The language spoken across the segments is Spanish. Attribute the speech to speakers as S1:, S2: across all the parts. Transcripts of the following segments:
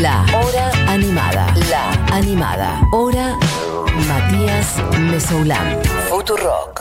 S1: La hora animada. La animada. Hora Matías Mesoulán. Futurock.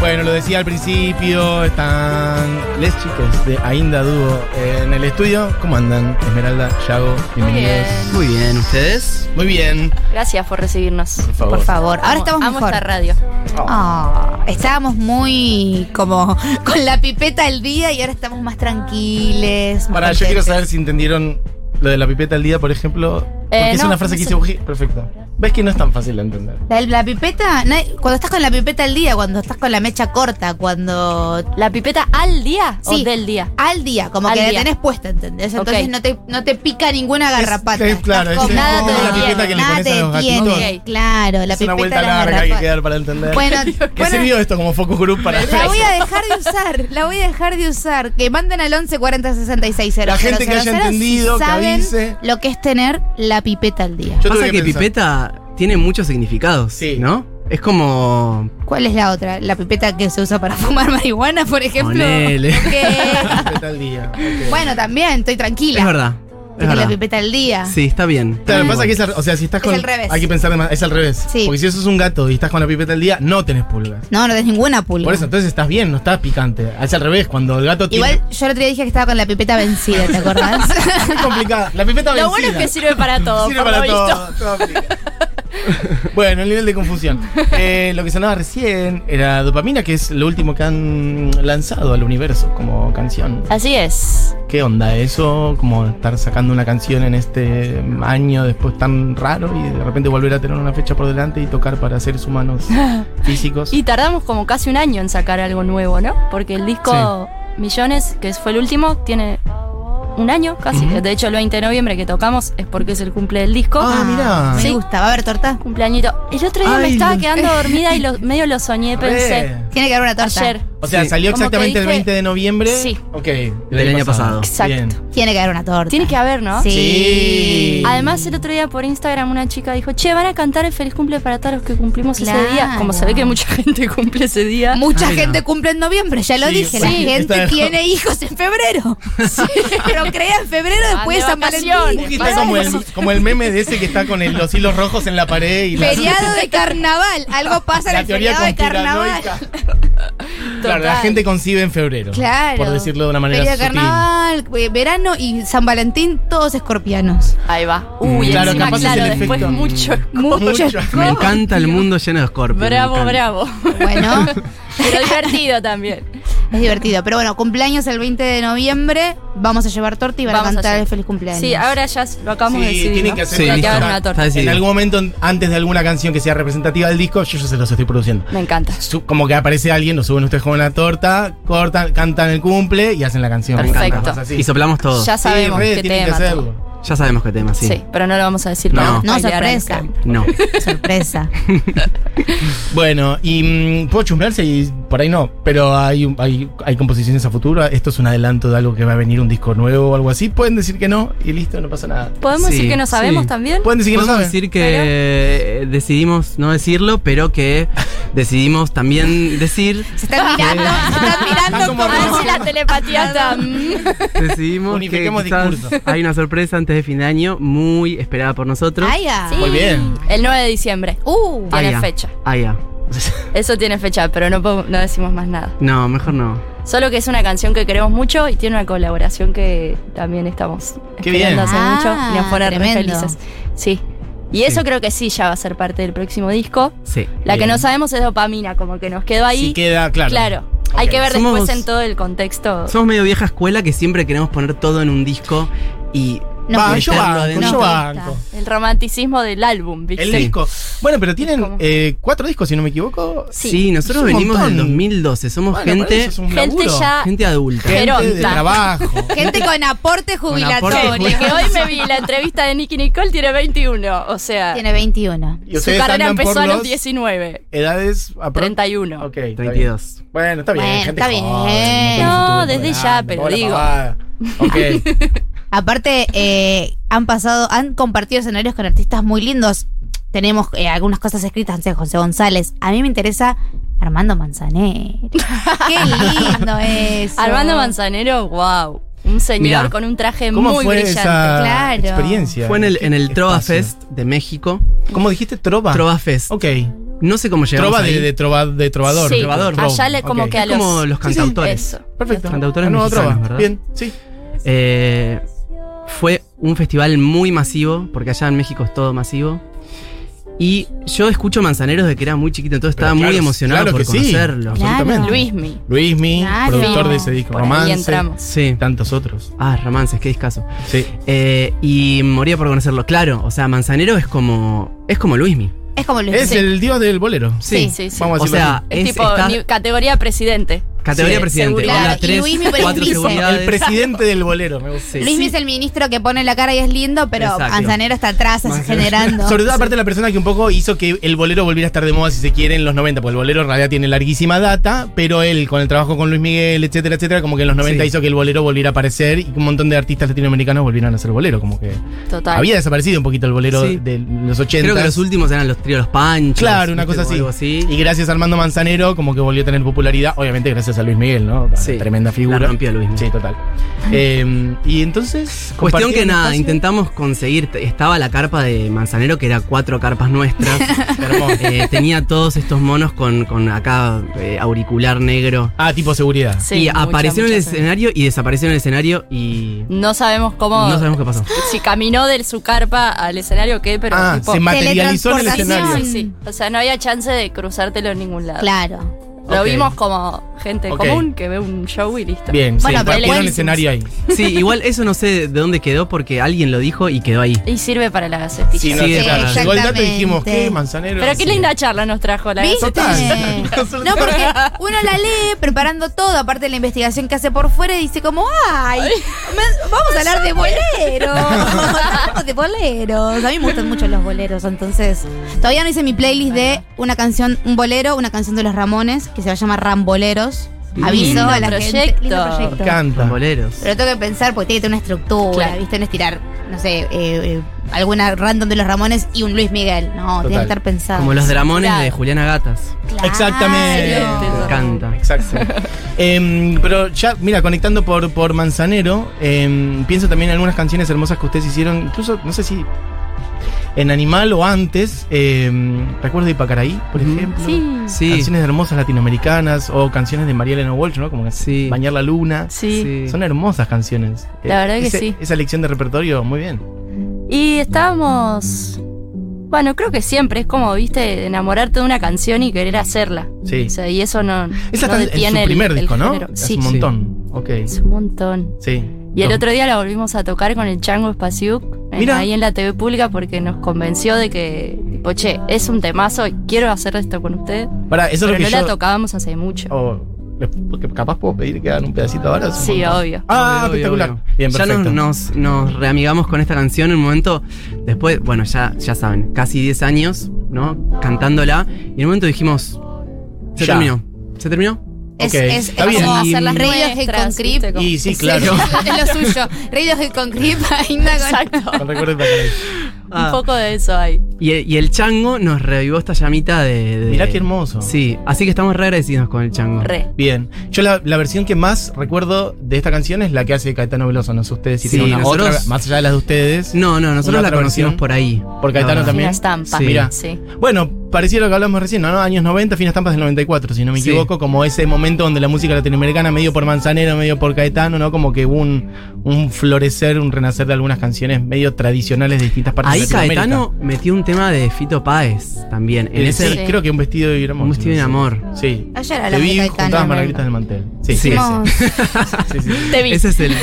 S2: Bueno, lo decía al principio, están les chicos de Ainda Dúo en el estudio. ¿Cómo andan? Esmeralda, Yago, bienvenidos.
S3: Muy bien, ¿ustedes?
S2: Muy bien.
S4: Gracias por recibirnos. Por
S2: favor.
S4: favor.
S5: Ahora
S4: Amo-
S5: estamos
S4: amo
S5: mejor.
S4: esta radio.
S5: Ah, estábamos muy como con la pipeta el día y ahora estamos más tranquiles. más
S2: Para, yo quiero
S5: contentos.
S2: saber si entendieron lo de la pipeta al día, por ejemplo. Porque
S4: Eh,
S2: es
S4: no,
S2: una frase
S4: no
S2: que
S4: sé.
S2: hice Bují. Perfecto. ¿Ves que no es tan fácil de entender?
S5: La, la pipeta, na- cuando estás con la pipeta al día, cuando estás con la mecha corta, cuando...
S4: ¿La pipeta al día
S5: Sí.
S4: o del día?
S5: Al día, como
S4: Al
S5: que
S4: día.
S5: la tenés puesta, ¿entendés? Entonces
S4: Ok.
S5: no, te, no te pica ninguna garrapata.
S2: es claro,
S5: Estás
S2: es-
S5: como-
S4: es Nada como te la detiene.
S2: pipeta que le
S5: Nada
S2: pones a
S5: te
S2: los
S5: detiene.
S4: gatitos.
S5: Claro, la
S2: es
S5: pipeta
S2: una vuelta
S5: de las
S2: larga que
S5: garrapatas.
S2: quedar para entender.
S5: Bueno,
S2: ¿Qué
S5: bueno,
S2: sirvió esto como focus group para
S5: La voy a dejar de usar, la voy a dejar de usar. Que manden al 11 40 66
S2: La gente que haya
S5: 000,
S2: entendido, que
S5: saben
S2: avise.
S5: lo que es tener la pipeta al día.
S2: Yo tuve
S3: Pasa que,
S2: pensar.
S3: pipeta tiene muchos significados,
S2: Sí.
S3: ¿no? Es como...
S5: ¿Cuál es la otra? ¿La pipeta que se usa para fumar marihuana, por ejemplo?
S3: Ponele.
S5: Que-
S2: Pipeta al día. ok.
S5: bueno, también, estoy tranquila.
S3: Es verdad. Es
S5: Tener la
S3: verdad.
S5: pipeta al día.
S3: Sí, está bien.
S2: Claro,
S3: Está
S2: pasa que
S3: bien.
S2: es al, o sea, si estás
S5: Es
S2: con.
S5: al revés.
S2: Hay que pensar de más. Es al revés.
S5: Sí.
S2: Porque si sos un gato y estás con la pipeta al día, no tenés pulgas.
S5: No, no des ninguna pulga.
S2: Por eso, entonces estás bien, no estás picante. Es al revés, cuando el gato tiene.
S5: Igual yo el otro día dije que estaba con la pipeta vencida, ¿te acordás?
S2: Es muy complicada. La pipeta
S4: Lo bueno es que
S2: vencida.
S4: sirve para todo.
S2: Sirve
S4: por
S2: para
S4: lo
S2: todo.
S4: visto.
S2: todo aplica. bueno, el nivel de confusión. Eh, lo que sonaba recién era Dopamina, que es lo último que han lanzado al universo como canción.
S4: Así es.
S2: ¿Qué onda eso? Como estar sacando una canción en este año después tan raro y de repente volver a tener una fecha por delante y tocar para seres humanos físicos.
S4: Y tardamos como casi un año en sacar algo nuevo, ¿no? Porque el disco Millones, que fue el último, tiene un año casi.
S2: Ujú.
S4: De hecho, el 20 de noviembre que tocamos es porque es el cumple del disco.
S2: Ah, mirá.
S5: Me
S4: Sí.
S5: gusta, ¿va a haber torta?
S4: Cumpleañito. El otro día me
S3: Ay,
S4: estaba
S3: lo-
S4: quedando dormida y lo- medio lo soñé, pensé.
S2: Re.
S5: Tiene que haber una torta.
S4: Ayer.
S2: Eh. O sea,
S3: Sí.
S2: salió
S4: Como que
S2: exactamente el
S4: dije-
S2: 20 de noviembre.
S4: Sí.
S2: Ok.
S3: Del año pasado.
S4: Exacto.
S2: Bien.
S5: Tiene que haber una torta.
S4: Tiene que haber, ¿no?
S5: Sí.
S2: Sí.
S4: Además, el otro día por Instagram una chica dijo, che, van a cantar el feliz cumple para todos los que cumplimos ese
S5: Claro.
S4: día. Como se ve que mucha gente cumple ese día.
S5: Mucha
S3: Ay, no.
S5: gente cumple en noviembre, ya lo
S2: Sí, sí,
S5: dije. La
S2: está de
S5: gente tiene hijos en febrero. Pero crea en febrero
S4: Van
S5: después
S4: Ah, de
S5: de San
S4: vacaciones,
S5: Valentín.
S2: Está
S4: Pasa
S2: como
S4: por
S2: el, como el meme de ese que está con el- los hilos rojos en la pared y la,
S5: Feriado de carnaval. Algo pasa en
S2: la
S5: el
S2: teoría
S5: feriado de carnaval.
S2: conspiranoica. Claro, la
S4: Total.
S2: gente concibe en febrero.
S5: Claro.
S2: Por decirlo de una manera
S5: Feriado de
S2: sutil.
S5: carnaval, eh, verano y San Valentín, todos escorpianos.
S4: Ahí va. Uy,
S2: Claro,
S4: encima,
S2: capaz es
S4: claro,
S2: el
S4: después
S2: efecto.
S4: mucho.
S5: Mucho.
S3: Me encanta el mundo lleno de escorpios. me
S4: Bravo,
S3: encanta.
S4: bravo.
S5: Bueno,
S4: Pero divertido también.
S5: es divertido. Pero bueno, cumpleaños el 20 de noviembre. Vamos a llevar torta y van
S4: Vamos
S5: a
S4: a
S5: cantar
S4: hacer.
S5: el feliz cumpleaños.
S4: Sí, ahora ya lo acabamos
S2: Sí,
S4: de decidir.
S2: tienen
S4: ¿no?
S2: que hacer
S3: Ah, Sí,
S4: Tiene que
S3: listo.
S4: haber una
S3: Está
S4: torta.
S2: En
S3: decidido.
S2: algún momento, antes de alguna canción que sea representativa del disco, yo, yo se los estoy produciendo.
S4: Me encanta.
S2: Su- como que aparece alguien, lo suben ustedes con una torta, cortan, cantan el cumple y hacen la canción.
S3: Me encanta.
S4: Perfecto.
S2: Cosas así.
S3: Y soplamos todo.
S4: Ya
S3: Ya,
S4: sabemos
S2: Sí, re,
S4: qué
S2: tienen
S4: tema.
S2: que
S4: todo.
S2: hacerlo.
S3: sabemos qué tema, sí.
S4: Sí. pero no lo vamos a decir.
S3: No.
S4: para
S5: No,
S4: spoilear a
S5: sorpresa.
S4: Instagram.
S3: No.
S5: Sorpresa.
S2: Bueno, y mm, puedo chumbearse y por ahí no, pero hay, un- hay, hay composiciones a futuro. Esto es un adelanto de algo que va a venir un disco nuevo o algo así. Pueden decir que no y listo, no pasa nada.
S4: ¿Podemos
S3: Sí,
S4: decir que no sabemos
S3: sí. Pues,
S4: también?
S2: Pueden decir que no
S3: Podemos
S2: saben.
S3: decir que eh, decidimos no decirlo, pero que decidimos también decir.
S5: Se están mirando, se están mirando
S2: Están como
S5: como,
S4: A ver si la telepatía está.
S3: Decidimos que
S2: Unifiquemos
S3: quizás
S2: discursos.
S3: hay una sorpresa antes de fin de año muy esperada por nosotros.
S5: Ay, ah.
S4: Sí.
S2: Muy bien.
S4: El 9 de diciembre.
S5: Uh,
S4: Tiene
S3: Aya.
S4: fecha.
S3: Aya.
S4: Eso tiene fecha, pero no, podemos- no decimos más nada.
S3: No, mejor no.
S4: Solo que es una canción que queremos mucho y tiene una colaboración que también estamos
S2: Qué bien.
S4: esperando hace
S5: Ah,
S4: mucho y nos pone re
S5: tremendo.
S4: felices. Sí. Y eso
S2: Sí.
S4: creo que sí ya va a ser parte del próximo disco.
S3: Sí.
S4: La
S2: Bien.
S4: que no sabemos es dopamina, como que nos quedó ahí.
S2: Si queda claro.
S4: Claro. Hay
S2: Ok.
S4: que ver
S3: Somos-
S4: después en todo el contexto.
S3: Somos medio vieja escuela que siempre queremos poner todo en un disco y.
S5: No
S2: Va,
S5: me
S2: yo
S3: gusta.
S2: banco,
S3: No
S2: yo
S5: me
S2: banco.
S5: gusta.
S4: El romanticismo del álbum, ¿viste?
S2: El disco. Bueno, pero tienen
S4: Como-
S2: eh, cuatro discos, si no me equivoco.
S3: Sí,
S4: Sí,
S3: nosotros
S2: es un
S3: venimos del
S2: montón.
S3: 2012. Somos
S2: Bueno, por
S3: gente.
S2: eso es un
S4: Gente
S2: laburo.
S4: ya-
S3: Gente adulta.
S4: Gen-
S2: Gente de
S4: Geronta.
S2: trabajo.
S5: gente con aporte
S3: aporte
S5: jubilatorio.
S4: Que hoy me vi la entrevista de Nicky Nicole, tiene 21. O sea,
S5: Tiene 21.
S2: Y
S4: su
S2: ustedes
S4: carrera
S2: andan por
S4: empezó a los
S2: los
S4: 19,
S2: Edades apro-
S4: 31.
S2: Ok, está
S3: 32.
S2: bien. Bueno, está bien.
S5: Bueno,
S2: gente
S5: está bien.
S2: joven, tiene
S4: No,
S2: futuro
S4: desde
S2: por
S4: ya,
S2: delante,
S4: pero
S2: bola
S4: digo.
S2: pavada. Ok.
S5: Aparte, eh, han pasado, han compartido escenarios con artistas muy lindos. Tenemos eh, algunas cosas escritas, no sé, José González. A mí me interesa Armando Manzanero. Qué lindo es.
S4: Armando Manzanero, wow. Un señor
S3: Mirá,
S4: con un traje
S2: ¿Cómo
S4: muy
S2: fue
S4: brillante.
S2: esa
S5: claro.
S2: experiencia?
S3: Fue en el,
S2: ¿Qué
S3: en el Trova
S2: espacio?
S3: Fest de México.
S2: ¿Cómo dijiste? Trova.
S3: Trova Fest.
S2: Ok.
S3: No sé cómo llegamos
S2: Trova
S3: ahí.
S2: de, de trova- de trovador.
S4: Sí,
S3: trovador,
S4: allá le- como
S2: ok.
S4: que a
S3: Es como los
S2: Sí, sí,
S3: cantautores.
S4: Eso.
S2: Perfecto.
S3: Cantautores
S2: Ah, no,
S3: mexicanos,
S2: trova.
S3: ¿verdad?
S2: Bien, sí.
S3: Eh, fue un festival muy masivo, porque allá en México es todo masivo. Y yo escucho Manzaneros de que era muy chiquito, entonces
S2: Pero
S3: estaba muy
S2: claro,
S3: emocionado
S2: claro
S3: por
S2: que sí.
S3: conocerlo.
S5: Claro.
S2: Absolutamente.
S4: Luismi.
S2: Luismi,
S5: Claro.
S2: productor de ese disco.
S4: Por ahí
S2: Romance.
S4: entramos.
S3: Sí.
S2: Tantos otros.
S3: Ah, romances, qué discazo.
S2: Sí.
S3: Eh, y moría por conocerlo, claro. O sea, Manzanero es como. es como Luismi.
S5: Es como Luis.
S2: Es
S5: sí.
S2: el dios del bolero.
S4: Sí, sí, sí.
S2: Vamos a
S3: O
S2: decirlo
S3: sea,
S2: así.
S4: Es
S3: es,
S4: tipo
S3: está-
S4: ni- categoría presidente.
S3: categoría
S4: sí,
S3: presidente.
S4: seguridad.
S3: Onda
S5: Y
S3: tres,
S5: Luismi por el
S3: cuatro
S5: piso.
S3: seguridades.
S2: El presidente del bolero, me gusta.
S3: Sí.
S5: Luis es el ministro que pone la cara y es lindo, pero
S3: Exacto.
S5: Manzanero está atrás, así
S3: Manzanero.
S5: generando.
S2: Sobre todo, aparte, la persona que un poco hizo que el bolero volviera a estar de moda, si se quiere, en los 90, porque el bolero en realidad tiene larguísima data, pero él, con el trabajo con Luis Miguel, etcétera, etcétera, como que en los 90
S3: Sí.
S2: hizo que el bolero volviera a aparecer y que un montón de artistas latinoamericanos volvieran a hacer bolero, como que
S4: Total.
S2: había desaparecido un poquito el bolero
S3: Sí.
S2: de los 80.
S3: Creo que los últimos eran los tríos Los Panchos.
S2: Claro, una
S3: ¿viste?
S2: cosa
S3: O
S2: así.
S3: algo así.
S2: Y gracias a Armando Manzanero, como que volvió a tener popularidad, obviamente gracias a Luis Miguel, ¿no? Una
S3: Sí.
S2: Tremenda figura.
S3: La rompió Luis Miguel.
S2: Sí, total. Eh, y entonces.
S3: Cuestión que
S2: compartieron
S3: nada,
S2: espacio.
S3: intentamos conseguir, t- estaba la carpa de Manzanero, que era cuatro carpas nuestras.
S2: Hermoso.
S3: Eh, tenía todos estos monos con, con acá eh, auricular negro.
S2: Ah, tipo seguridad.
S4: Sí,
S3: y
S4: mucha,
S3: apareció en el
S4: mucha gente.
S3: escenario y desapareció en el escenario y
S4: No sabemos cómo.
S3: no sabemos qué pasó.
S4: si caminó de su carpa al escenario o qué, pero
S2: ah,
S4: tipo,
S2: se materializó en el
S5: teletransportación.
S2: escenario.
S4: Sí, sí. O sea, no había chance de cruzártelo en ningún lado.
S5: Claro.
S4: Lo
S2: Ok.
S4: vimos como gente
S2: Ok.
S4: común que ve un show y listo.
S2: Bien,
S5: Bueno,
S2: sí,
S5: pero
S2: pusieron el
S5: le-
S2: escenario ahí.
S3: Sí, igual eso no sé de dónde quedó porque alguien lo dijo y quedó ahí.
S4: Y sirve para la gacetilla.
S2: Sí, no,
S3: Sí,
S2: sí,
S3: claro.
S2: llegó el dato y dijimos,
S5: Exactamente.
S2: ¿qué? Manzanero.
S4: pero qué
S2: Sí.
S4: linda charla nos trajo la
S5: ¿Viste?
S2: Total.
S5: No, porque uno la lee preparando todo, aparte de la investigación que hace por fuera, y dice como, ay, me- vamos a hablar de boleros. Hablamos de boleros. A mí me gustan mucho los boleros, entonces. Todavía no hice mi playlist de una canción, un bolero, una canción de los Ramones, que se va a llamar Ramboleros.
S3: Lindo
S5: Aviso a la gente.
S4: proyecto.
S5: Lindo
S2: Me
S5: proyecto.
S2: encanta.
S3: Los boleros.
S5: Pero tengo que pensar, porque tiene que tener una estructura,
S4: Claro.
S5: ¿viste? No es tirar, no sé, eh, eh, alguna random de los Ramones y un Luis Miguel. No, tiene que
S2: Total.
S5: estar pensado.
S3: Como los dramones
S4: Claro.
S3: de Juliana Gatas.
S5: Claro.
S2: Exactamente.
S3: Me encanta.
S2: Exacto. Em, pero ya, mira, conectando por, por Manzanero, em, pienso también en algunas canciones hermosas que ustedes hicieron, incluso, no sé si en Animal o antes, em, recuerdo de Ipacaraí, por
S3: Ujú.
S2: ejemplo.
S4: Sí.
S3: Sí.
S2: Canciones hermosas latinoamericanas o canciones de María Elena Walsh, ¿no? Como
S3: Sí.
S2: Bañar la Luna.
S4: Sí.
S3: Sí.
S2: Son hermosas canciones.
S4: La
S2: Eh,
S4: verdad que
S2: ese-
S4: sí.
S2: Esa elección de repertorio, muy bien.
S4: Y estábamos. Bueno, creo que siempre es como, viste, enamorarte de una canción y querer hacerla.
S2: Sí.
S4: O sea, y eso no.
S2: Esa
S4: no
S2: está en
S4: detiene
S2: su
S4: el-
S2: primer
S4: el
S2: disco, ¿no?
S4: género.
S2: Hace
S4: Sí,
S2: un
S3: Sí.
S2: montón. Ok.
S4: es un montón.
S2: Sí.
S4: Y el
S2: Dos.
S4: otro día la volvimos a tocar con el Chango Espaciuc en-
S2: Mirá.
S4: ahí en la TV pública porque nos convenció de que, tipo, che, es un temazo, quiero hacer esto con usted.
S2: Pará, eso es
S4: Pero
S2: lo
S4: no
S2: que
S4: la
S2: yo-
S4: tocábamos hace mucho.
S2: Oh, les- porque capaz puedo pedir que hagan un pedacito ahora. es un
S4: Sí,
S2: montón.
S4: obvio.
S2: Ah,
S3: Obvio,
S2: espectacular.
S3: obvio.
S2: Bien,
S3: ya
S2: perfecto.
S3: nos, nos, nos reamigamos con esta canción en un momento, después, bueno, ya, ya saben, casi 10 años, ¿no? Cantándola. Y en un momento dijimos, se
S2: Ya.
S3: terminó. ¿Se terminó?
S5: Es,
S2: Ok,
S5: es,
S2: está
S5: es
S2: bien.
S5: como hacer las
S4: Y-
S5: Radiohead
S4: nuestras,
S5: con Creep.
S4: ¿viste?
S2: Y sí, claro.
S5: Sí, es lo suyo. Radiohead con Creep ainda con-
S4: Exacto.
S2: Con recuerdo de Pacaray.
S3: Ah,
S4: Un poco de eso hay.
S3: Y, y el chango nos revivó esta llamita de, de-
S2: Mirá qué hermoso.
S3: Sí, así que estamos re agradecidos con el chango.
S4: Re.
S2: Bien. Yo la, la versión que más recuerdo de esta canción es la que hace Caetano Veloso. No sé ustedes si
S3: Sí,
S2: tienen una
S3: nosotros-
S2: otra, más allá de las de ustedes.
S3: No, no, nosotros
S2: Una
S3: la
S2: otra
S3: conocimos
S2: versión.
S3: por ahí.
S2: Por
S3: la
S2: Caetano
S3: verdad.
S2: también.
S4: Fina estampa.
S3: Sí.
S2: Mirá.
S4: Sí.
S2: Bueno, pareciera lo que hablamos recién, ¿no? Años 90, finas tampas del 94, si no me
S3: Sí.
S2: equivoco, como ese momento donde la música latinoamericana, medio por Manzanero, medio por Caetano, ¿no? Como que hubo un, un florecer, un renacer de algunas canciones medio tradicionales de distintas partes
S3: Ahí
S2: de Latinoamérica.
S3: Caetano metió un tema de Fito Páez también. En
S2: Eh,
S3: ese
S2: sí,
S4: Sí.
S2: creo que un vestido de amor.
S3: Un vestido de
S2: Sí.
S3: amor.
S2: Sí.
S5: Ayer
S2: Te
S5: hablamos
S2: vi
S5: de
S2: juntadas
S5: Caetano.
S2: margaritas del mantel. Sí, sí,
S3: Sí.
S5: Hicimos-
S2: sí, sí, sí.
S4: Te vi.
S3: Ese es el.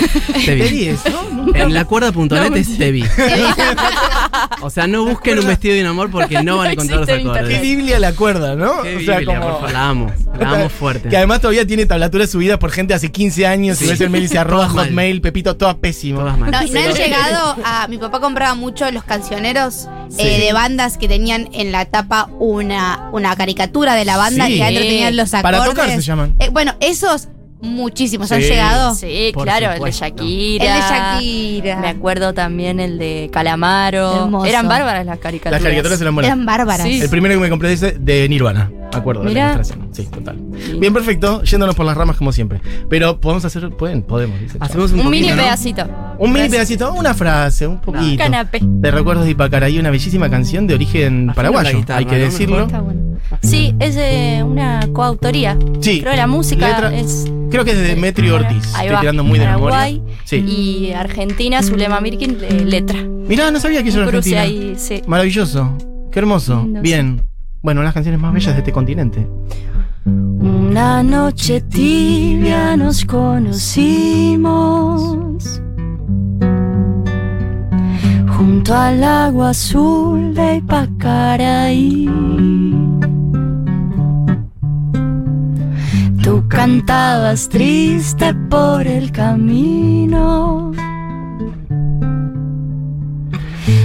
S3: Te vi.
S2: Te vi eso, ¿no?
S3: En la cuerda.net es te vi. O sea, no busquen un vestido de un amor porque no van a
S4: No
S3: encontrar los
S4: existe
S2: Qué
S3: acordes.
S4: internet.
S2: Biblia la cuerda, ¿no?
S3: Qué Biblia, por favor, La amo. La amo fuerte.
S2: Que además todavía tiene tablaturas subidas por gente hace 15 años.
S3: Sí.
S2: Y ves el mail y dice arroba
S3: Todas mal.
S2: hotmail, Pepito, todas pésimo.
S3: Todas mal.
S5: No, y no han llegado a. Mi papá compraba mucho los cancioneros eh, de bandas que tenían en la tapa una, una caricatura de la banda
S2: Sí.
S5: y adentro tenían los
S2: Para
S5: acordes.
S2: tocar se llaman.
S5: Eh, bueno, esos muchísimos han
S2: Sí.
S5: llegado.
S4: Sí,
S3: Por
S4: claro,
S3: supuesto.
S4: el de
S5: El
S4: Shakira.
S5: de Shakira.
S4: Me acuerdo también el de Calamaro.
S5: Hermoso.
S4: Eran bárbaras las caricaturas.
S2: Las caricaturas eran buenas.
S5: Eran bárbaras.
S4: Sí.
S2: El primero que me compré dice de Nirvana. Acuerdo de
S4: Mirá.
S2: la ilustración. Sí, total. Bien, perfecto. Yéndonos por las ramas como siempre. Pero podemos hacer. Pueden, podemos. dice el
S3: Hacemos
S2: chabón.
S3: un,
S4: Un,
S3: poquito,
S4: mini
S3: ¿no?
S4: pedacito.
S2: un mini pedacito, una frase, un
S4: Un
S2: poquito.
S4: canapé.
S2: de Recuerdos de Ipacaraí, una bellísima canción de origen
S3: Afina
S2: paraguayo,
S3: la guitarra,
S2: hay que
S3: ¿no?
S2: decirlo.
S4: Está bueno. Sí, es eh, una coautoría.
S2: Sí,
S4: Creo que la música
S2: Letra-
S4: es.
S2: creo que es de Demetrio
S4: Ahora,
S2: Ortiz.
S4: ahí
S2: Estoy
S4: va.
S2: tirando muy de memoria.
S4: Paraguay
S2: Sí.
S4: Y Argentina, Zulema Mirkin, eh, letra.
S2: Mirá, no sabía que eso
S4: Un
S2: era
S4: cruce
S2: Argentina.
S4: ahí, sí.
S2: Maravilloso. Qué hermoso.
S4: Lindo,
S2: Bien. Bueno, las canciones más bellas de este continente.
S4: Una noche tibia nos conocimos junto al agua azul de Ipacaraí. Tú cantabas triste por el camino.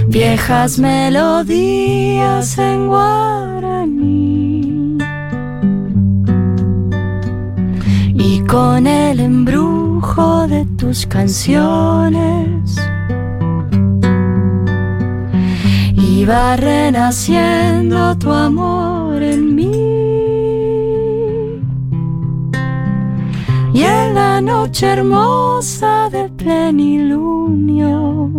S4: Viejas melodías en guaraní y con el embrujo de tus canciones iba renaciendo tu amor en mí y en la noche hermosa de plenilunio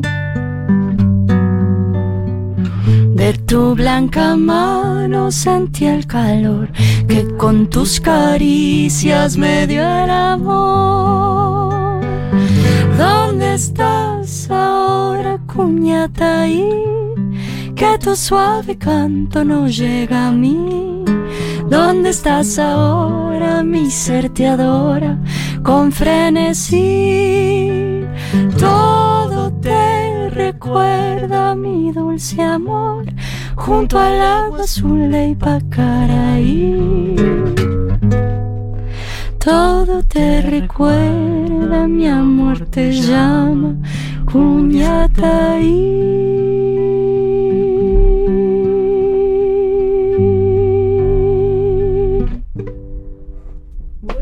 S4: de tu blanca mano sentí el calor que con tus caricias me dio el amor. ¿Dónde estás ahora, cuñata? ahí? que tu suave canto no llega a mí. ¿Dónde estás ahora? Mi ser te adora con frenesí. Todo te recuerda mi dulce amor junto al agua azul de Ipacaraí. Todo te recuerda, mi amor te llama, Cuñataí.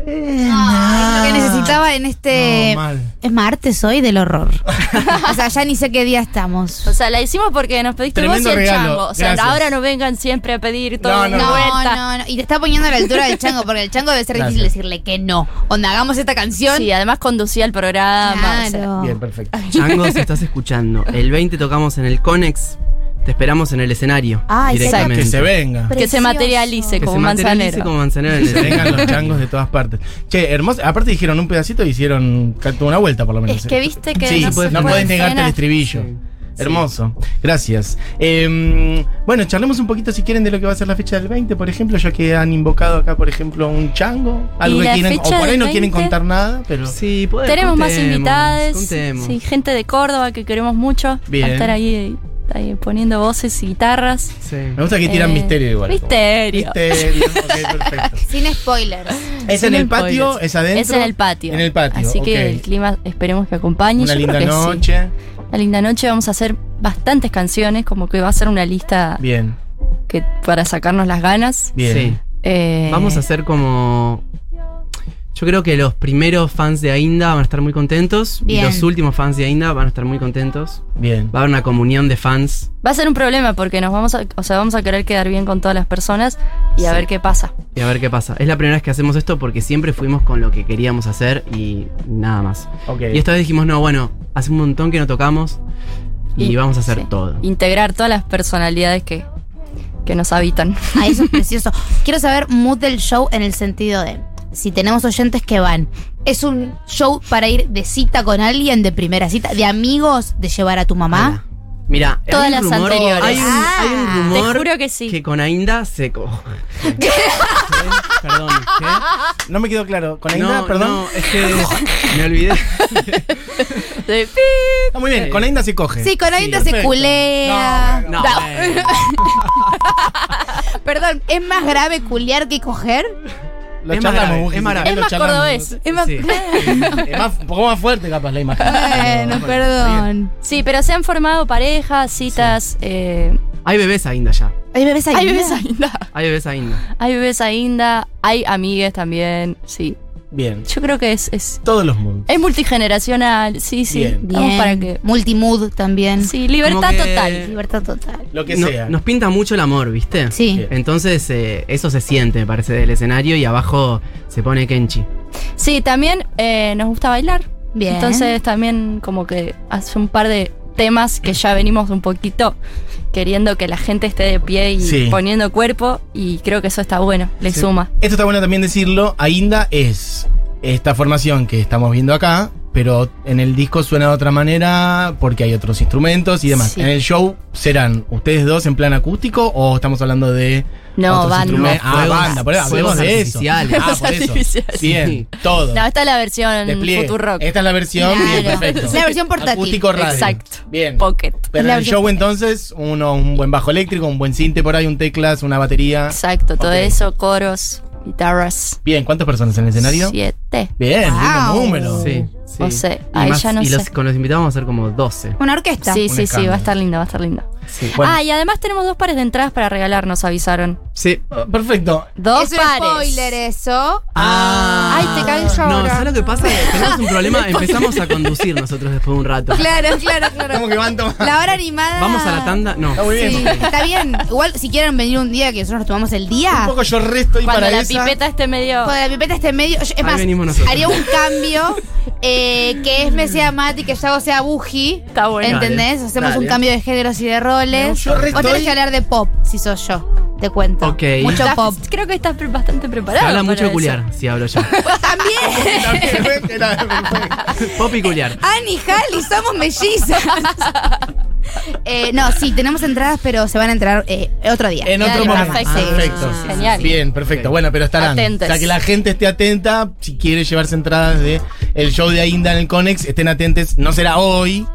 S5: Ay, lo que necesitaba en
S4: Eh,
S5: este.
S2: Ah. No, mal.
S5: es martes hoy del horror. o sea, ya ni sé qué día estamos.
S4: O sea, la hicimos porque nos pediste
S2: Tremendo
S4: vos y el
S2: regalo.
S4: chango. O sea,
S2: Gracias.
S4: ahora no vengan siempre a pedir todo
S2: No,
S4: de
S2: no,
S5: No,
S4: vuelta.
S5: no, no. Y te está poniendo a la altura del chango, porque el chango debe ser difícil
S2: Gracias.
S5: decirle que no. Onda, hagamos esta canción.
S4: Sí, además conducía el
S5: ah,
S4: programa. o sea,
S5: Claro.
S2: Bien, perfecto.
S3: Chango, si estás escuchando, el 20 tocamos en el Conex, te esperamos en el escenario.
S5: Ah, exacto.
S3: directamente.
S2: Que se venga.
S4: que se
S5: Precioso.
S4: materialice
S3: Que
S4: como
S3: se materialice
S4: manzanero.
S3: como manzanero en el
S2: Que
S3: escenario.
S2: vengan los changos de todas partes. Che, hermoso. Aparte dijeron un pedacito y hicieron ca- toda una vuelta por lo menos. eh.
S4: Es que viste que
S2: Sí,
S4: no
S2: no,
S4: se
S2: puedes,
S4: puede
S2: negarte el
S4: frenar.
S2: estribillo.
S3: Sí.
S2: Hermoso, gracias. Eh, bueno, charlemos un poquito si quieren de lo que va a ser la fecha del 20, por ejemplo, ya que han invocado acá, por ejemplo, un chango, algo
S4: ¿Y
S2: que
S4: la
S2: quieren, o
S4: fecha
S2: por ahí
S4: del
S2: no quieren
S4: 20?
S2: contar nada, pero
S3: Sí, podemos,
S4: Tenemos más
S3: contemos,
S4: invitadas.
S3: contemos.
S4: Sí, gente de Córdoba que queremos mucho.
S2: Bien.
S4: Va a estar ahí, ahí poniendo voces y guitarras.
S3: Sí.
S2: me gusta que tiran
S4: Eh,
S2: misterio igual.
S4: Misterio.
S2: Misterio, ok, perfecto.
S5: Sin spoilers.
S2: ¿Es en el patio? ¿Es adentro?
S4: Es en el patio.
S2: En el patio,
S4: Así
S2: ok.
S4: que el clima esperemos que acompañe.
S2: Una
S4: Yo
S2: linda
S4: creo que sí.
S2: noche.
S4: Una linda noche. Vamos a hacer bastantes canciones, como que va a ser una lista
S2: Bien,
S4: que para sacarnos las ganas.
S2: bien.
S3: Sí.
S4: Eh,
S3: Vamos a hacer como. Yo creo que los primeros fans de Ainda van a estar muy contentos.
S5: Bien.
S3: Y los últimos fans de Ainda van a estar muy contentos.
S2: Bien.
S3: Va a haber una comunión de fans.
S4: Va a ser un problema porque nos vamos a, o sea, vamos a querer quedar bien con todas las personas y a
S3: Sí.
S4: ver qué pasa.
S3: Y a ver qué pasa. Es la primera vez que hacemos esto porque siempre fuimos con lo que queríamos hacer y nada más.
S2: Ok.
S3: Y esta vez dijimos, no, bueno, hace un montón que no tocamos y,
S4: Y-
S3: vamos a hacer
S4: sí.
S3: todo.
S4: Integrar todas las personalidades que, que nos habitan.
S5: Ay, eso es precioso. Quiero saber mood del show en el sentido de si tenemos oyentes que van. ¿Es un show para ir de cita con alguien, de primera cita, de amigos, de llevar a tu mamá?
S3: Mira,
S4: Todas
S3: hay un
S4: las
S3: rumor,
S4: anteriores.
S3: Hay un, hay un
S5: Ah,
S4: te
S3: rumor
S4: juro que sí.
S3: que con Ainda se. co- Perdón, ¿qué?
S2: No me quedó claro. Con Ainda,
S3: no,
S2: perdón.
S3: no, es que me olvidé.
S4: De-
S2: Está muy bien, con Ainda se coge.
S5: Sí, con alguien se
S2: perfecto.
S5: culea.
S3: Eh, No, bueno.
S2: Ah.
S5: Perdón, ¿es más grave culear que coger?
S2: Lo
S3: Es
S2: charlamos, Buji,
S3: maravilloso, es
S2: si
S3: maravilloso.
S2: querés
S4: Es
S2: lo
S4: más
S2: charlamos.
S4: cordobés. Es más-
S3: Sí.
S2: Es más- un poco más fuerte capaz la imagen.
S5: Bueno,
S2: Pero-
S5: Eh, perdón.
S4: Sí, pero se han formado parejas, citas. eh,
S3: Hay bebés ainda ya.
S5: Hay bebés ahí.
S4: hay bebés ainda.
S3: Hay bebés ainda.
S4: Hay bebés ainda. Hay amigues también. Sí.
S2: Bien.
S4: Yo creo que es, es,
S2: Todos los mundos.
S4: es multigeneracional, sí, sí.
S2: Bien.
S4: Vamos
S5: Bien.
S4: para que.
S5: Multimood también.
S4: Sí, libertad
S3: Como que-
S4: total.
S5: Libertad total.
S2: Lo que
S3: No-
S2: sea.
S3: Nos pinta mucho el amor, ¿viste?
S5: Sí.
S2: Bien.
S3: Entonces, eh, eso se siente, me parece, del escenario y abajo se pone Kenchi.
S4: Sí, también eh, nos gusta bailar.
S5: Bien.
S4: Entonces también como que hace un par de temas que ya venimos un poquito queriendo que la gente esté de pie y
S2: Sí.
S4: poniendo cuerpo y creo que eso está bueno, le
S2: Sí.
S4: suma.
S2: Esto está bueno también decirlo. Ainda es esta formación que estamos viendo acá, pero en el disco suena de otra manera porque hay otros instrumentos y demás.
S4: Sí.
S2: En el show serán ustedes dos en plan acústico o estamos hablando de
S4: No,
S2: otros
S4: banda.
S2: instrumentos?
S3: No,
S2: ah,
S3: fuegos-
S2: banda, por ahí, hablemos
S3: fuegos
S2: de eso.
S3: artificiales.
S2: Ah, por eso.
S4: Artificiales.
S2: Bien,
S3: Sí.
S2: todo.
S4: No, esta es la versión
S2: Despliegue.
S4: Futurock.
S2: Esta es la versión, bien,
S5: Claro.
S2: perfecto.
S5: Es la versión portátil.
S2: Acústico radio.
S4: Exacto.
S2: Bien.
S4: Pocket.
S2: Pero en
S5: La
S2: el
S5: versión-
S2: show entonces, uno, un buen bajo eléctrico, un buen cinte por ahí, un teclas, una batería.
S4: Exacto, todo
S2: Ok.
S4: eso, coros, guitarras.
S2: Bien, ¿cuántas personas en el escenario?
S4: Siete.
S2: Bien, lindo
S5: Wow.
S2: número.
S3: Sí, sí.
S4: No sé,
S3: Y
S4: ahí
S3: más-
S4: ya no
S3: y
S4: sé.
S3: los- con los invitados vamos a ser como 12.
S5: Una orquesta.
S4: Sí,
S2: Un
S4: sí, sí,
S2: escándalo.
S4: va a estar lindo, va a estar lindo.
S3: Sí.
S2: Bueno.
S4: Ah, y además tenemos dos pares de entradas para regalar, nos avisaron.
S3: Sí.
S2: Ah, Perfecto.
S4: Dos
S5: es un
S4: pares.
S5: spoiler eh. eso.
S3: Ah.
S5: Ay, te cae el
S3: No,
S5: lloro.
S3: ¿sabes lo que pasa? Tenemos un problema, empezamos a conducir nosotros después de un rato.
S5: Claro, claro, claro.
S2: ¿Cómo que van tomando?
S5: La hora animada.
S3: Vamos a la tanda. No.
S2: Está muy bien.
S5: Sí, está bien. Igual, si quieren venir un día que nosotros nos tomamos el
S2: Un
S5: día,
S2: poco yo resto y
S4: Cuando
S2: para
S4: la
S2: esa-
S4: pipeta esté medio.
S5: cuando la pipeta esté en medio. yo- Es
S3: Ahí
S5: más,
S3: venimos nosotros.
S5: haría un cambio eh, que Esme sea Mati, que Yago sea Buji.
S4: Está bueno.
S5: ¿Entendés?
S3: Dale,
S5: Hacemos un
S3: dale.
S5: cambio de géneros y de roles.
S2: No, yo re
S5: Vos tenés
S2: estoy-
S5: que hablar de pop, si sos yo. Te cuento.
S3: Ok.
S5: Mucho
S4: Estás-
S5: pop.
S4: Creo que estás pre- bastante
S3: Se
S4: preparado.
S3: habla
S4: para
S3: mucho de
S4: eso.
S3: culiar, si hablo yo.
S5: También.
S3: Pop y culiar.
S5: Ani y Hali, somos mellizas. Eh, no, sí, tenemos entradas, pero se van a entrar eh, otro día.
S2: En otro
S4: Dale,
S2: momento.
S4: perfecto.
S2: Perfecto.
S4: Ah, genial.
S2: Bien, perfecto.
S3: Ok.
S2: Bueno, pero estarán.
S4: Atentos.
S2: O sea, que la gente esté atenta. Si quiere llevarse entradas de el show de Ainda en el Conex, estén atentos. No será hoy.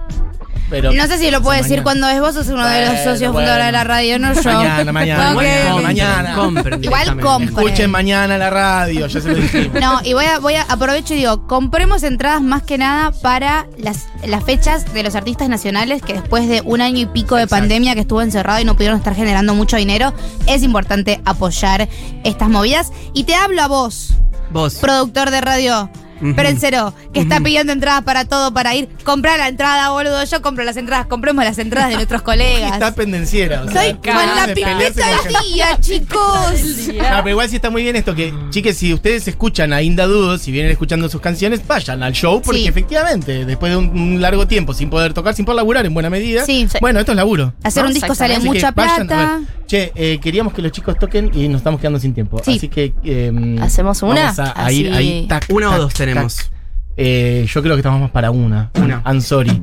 S2: Pero
S5: No sé si lo puedo
S2: Mañana.
S5: decir cuando es vos sos uno de los
S2: Bueno,
S5: socios
S2: bueno.
S5: fundadores de la radio, no yo.
S2: Mañana, mañana, mañana,
S5: Ok.
S3: Compren,
S2: mañana.
S3: compren
S5: Igual
S3: directamente.
S5: compren.
S2: escuchen mañana la radio. Ya se lo dijimos.
S5: No, y voy a, voy a aprovecho y digo, compremos entradas más que nada para las, las fechas de los artistas nacionales que después de un año y pico de
S2: Exacto.
S5: pandemia que estuvo encerrado y no pudieron estar generando mucho dinero, es importante apoyar estas movidas. Y te hablo a vos,
S3: Vos.
S5: productor de radio.
S3: Ujú.
S5: Pero en cero, que está pidiendo entradas para todo, para ir. Comprar la entrada, boludo. Yo compro las entradas, compremos las entradas de nuestros colegas.
S2: Está pendenciera. o sea,
S5: Soy con la
S2: de pelearse
S5: pipeta
S2: con
S5: al día, chicos.
S2: No, pero igual sí está muy bien esto que, chicas, si ustedes escuchan a Inda Dudo, si vienen escuchando sus canciones, vayan al show, porque
S5: Sí.
S2: efectivamente, después de un, un largo tiempo sin poder tocar, sin poder laburar en buena medida,
S5: Sí.
S2: bueno, esto es laburo.
S5: Hacer un disco sale
S4: Exactamente.
S2: Así que
S5: mucha
S2: vayan, a
S5: plata.
S2: ver. che, eh, queríamos que los chicos toquen y nos estamos quedando sin tiempo.
S5: Sí.
S2: Así que. eh,
S4: ¿Hacemos una?
S2: Vamos a, a ir
S4: Así.
S2: ahí. tac,
S3: Una o
S2: tac,
S3: dos
S2: tac.
S3: tenemos.
S2: Eh, yo creo que estamos más para una.
S3: Una.
S2: I'm sorry.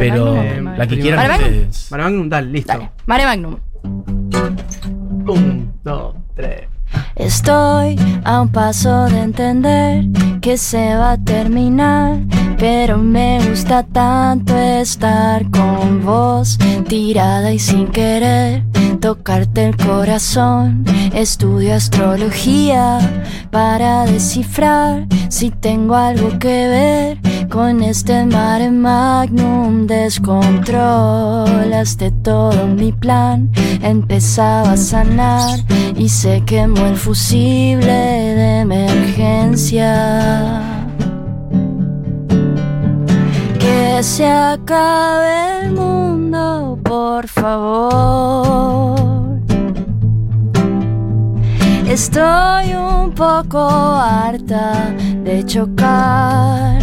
S2: Pero
S4: Magnum,
S2: eh,
S4: Magnum.
S2: la que quieran
S4: Magnum.
S2: ustedes.
S3: Para Magnum, dale, listo.
S4: Dale, Mare Magnum.
S3: Un, dos, tres.
S4: Estoy a un paso de entender que se va a terminar, pero me gusta tanto estar con vos, tirada y sin querer, tocarte el corazón. Estudio astrología para descifrar si tengo algo que ver con este mare magnum. Descontrolaste todo mi plan, empezaba a sanar y se quemó el fusible de emergencia. Que se acabe el mundo, por favor. Estoy un poco harta de chocar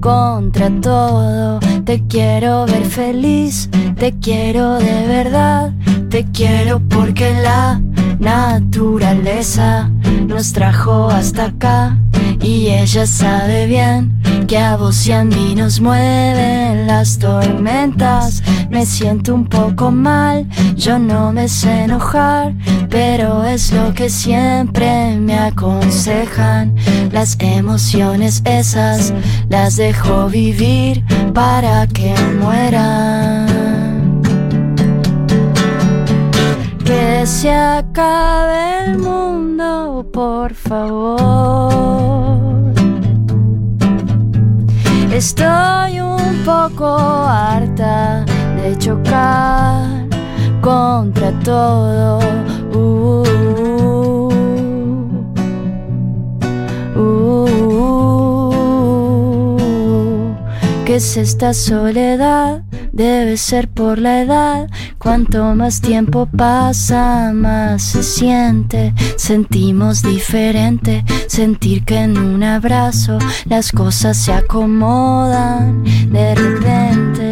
S4: contra todo. Te quiero ver feliz, te quiero de verdad, te quiero porque la naturaleza nos trajo hasta acá y ella sabe bien que a vos y a mí nos mueven las tormentas. Me siento un poco mal, yo no me sé enojar, pero es lo que siempre me aconsejan. Las emociones esas las dejo vivir para que mueran. Que se acabe el mundo, por favor. Estoy un poco harta de chocar contra todo. Uh, uh, uh, uh, uh. es esta soledad? Debe ser por la edad. Cuanto más tiempo pasa, más se siente. Sentimos diferente. Sentir que en un abrazo las cosas se acomodan de repente.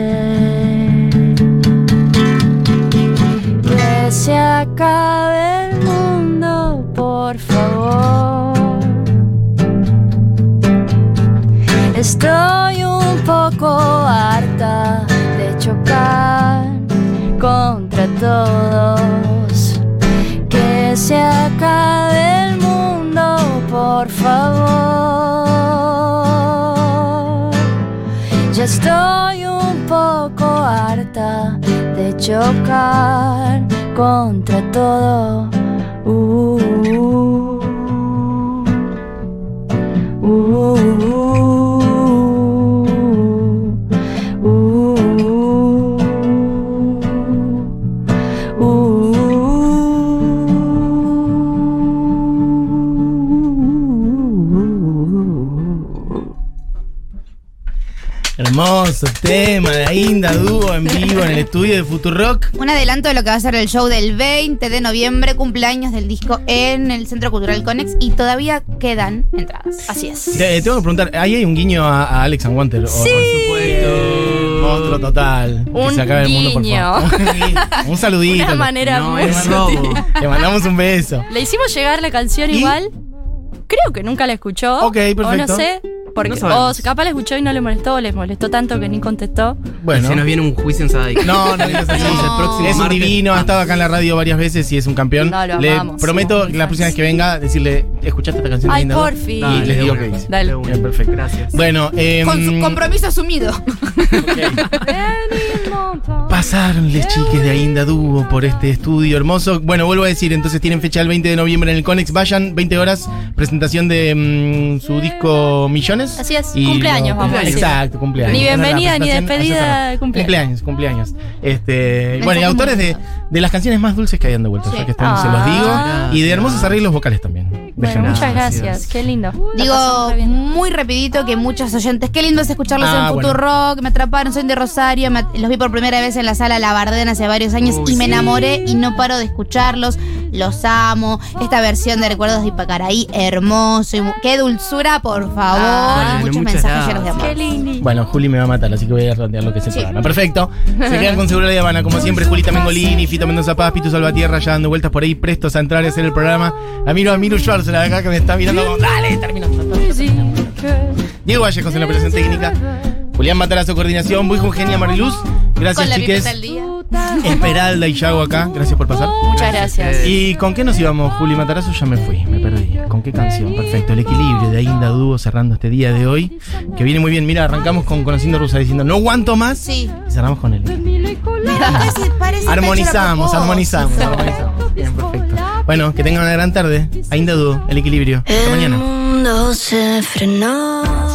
S4: Que se acabe el mundo, por favor. Estoy un poco harta de chocar contra todos. Que se acabe el mundo, por favor. Ya estoy un poco harta de chocar contra todo. Uh, uh, uh, uh, uh, uh, uh.
S2: Hermoso tema de Inda Dúo en vivo en el estudio de Futurock.
S5: Un adelanto de lo que va a ser el show del 20 de noviembre, cumpleaños del disco en el Centro Cultural Conex y todavía quedan entradas. Así es.
S2: Te, tengo que preguntar, ahí hay un guiño a, a Alex and Wanter. Sí. Monstruo total. que
S6: Un
S2: se acabe el mundo, por
S6: guiño.
S2: favor. Un guiño. un saludito.
S6: Una manera
S3: No,
S6: muy
S3: es robo.
S2: Te mandamos un beso.
S6: Le hicimos llegar la canción
S2: ¿Y?
S6: igual. Creo que nunca la escuchó.
S2: Ok,
S6: O no
S2: perfecto.
S6: sé. Porque,
S3: sabemos.
S6: o capaz la escuchó y no le molestó, o les molestó tanto que ni contestó.
S2: Bueno.
S3: Se nos viene un juicio en Sadaic.
S2: No, no digas así.
S3: El próximo
S2: es un
S3: martes.
S2: divino, ha estado acá en la radio varias veces y es un campeón.
S6: No, lo
S2: Le
S6: amamos,
S2: prometo
S6: somos
S2: que la
S6: muy
S2: próxima vez
S6: fans.
S2: que venga, decirle, ¿escuchaste esta canción? de
S6: Ay,
S2: Inda Dúo?
S6: por fin.
S2: Y les digo que dice.
S6: Dale.
S2: Bien, perfecto.
S3: Gracias.
S2: Bueno, eh,
S5: Con su compromiso asumido.
S2: Pasaronles, chiques de Ainda Dúo por este estudio hermoso. Bueno, vuelvo a decir, entonces tienen fecha el 20 de noviembre en el Conex. Vayan, 20 horas, presentación de mm, su disco Millones.
S6: Así es, cumpleaños, vamos a decir.
S2: Exacto, cumpleaños.
S6: Ni
S2: Esa es la
S6: bienvenida, ni
S2: presentación. Ahí
S6: despedida,
S2: está.
S6: cumpleaños.
S2: Cumpleaños, cumpleaños. Este,
S5: Me
S2: bueno, y
S5: tocó un
S2: autores de, de las canciones más dulces que hayan de vuelta,
S5: Sí.
S2: ya que están, se los
S3: Ah.
S2: digo. Y de hermosos arreglos vocales también.
S6: Bueno,
S2: Déjenme.
S6: muchas
S3: gracias.
S6: gracias. Qué lindo. La pasamos
S5: Digo
S6: re bien.
S5: muy rapidito que muchos oyentes, qué lindo es escucharlos
S2: Ah,
S5: en
S2: bueno.
S5: Futuro Rock, me atraparon, soy de Rosario, me- los vi por primera vez en la sala La Bardena hace varios años
S3: Uy,
S5: y me
S3: sí.
S5: enamoré y no paro de escucharlos, los amo, esta versión de Recuerdos de Ipacaraí, hermoso, y mu- qué dulzura, por favor,
S3: Ah,
S5: muchos
S3: bueno, muchas
S5: mensajes
S3: gracias.
S5: llenos de amor.
S6: Qué lindo.
S2: Bueno, Juli me va a matar, así que voy a rantear lo que se
S5: Sí.
S2: programa. Perfecto. Se quedan con Seguro de Habana, como siempre, Julita Mengolini, Fito Mendoza Paz, Pitu Salvatierra, ya dando vueltas por ahí, prestos a entrar y hacer el programa. La miro a Miru Schwarz, la de acá que me está mirando como, dale, termina. Diego Vallejos en la operación técnica, Julián Matarazo, coordinación, Buijo Eugenia Mariluz. Gracias,
S5: Con la
S2: chiques.
S5: pipeta al día.
S2: Esmeralda y Yago acá, gracias por pasar.
S6: Muchas gracias.
S2: ¿Y con qué nos íbamos, Juli Matarazo? Ya me fui, me perdí. ¿Con qué canción? Perfecto, el equilibrio de Ainda Dúo cerrando este día de hoy, que viene muy bien. Mira, arrancamos con Conociendo Rusa diciendo, no aguanto más.
S5: Sí.
S2: Y cerramos con el. Armonizamos, armonizamos, armonizamos. Bien, perfecto. Bueno, que tengan una gran tarde. Ainda Dúo, el equilibrio. Hasta
S4: El
S2: mañana.
S4: mundo se frenó.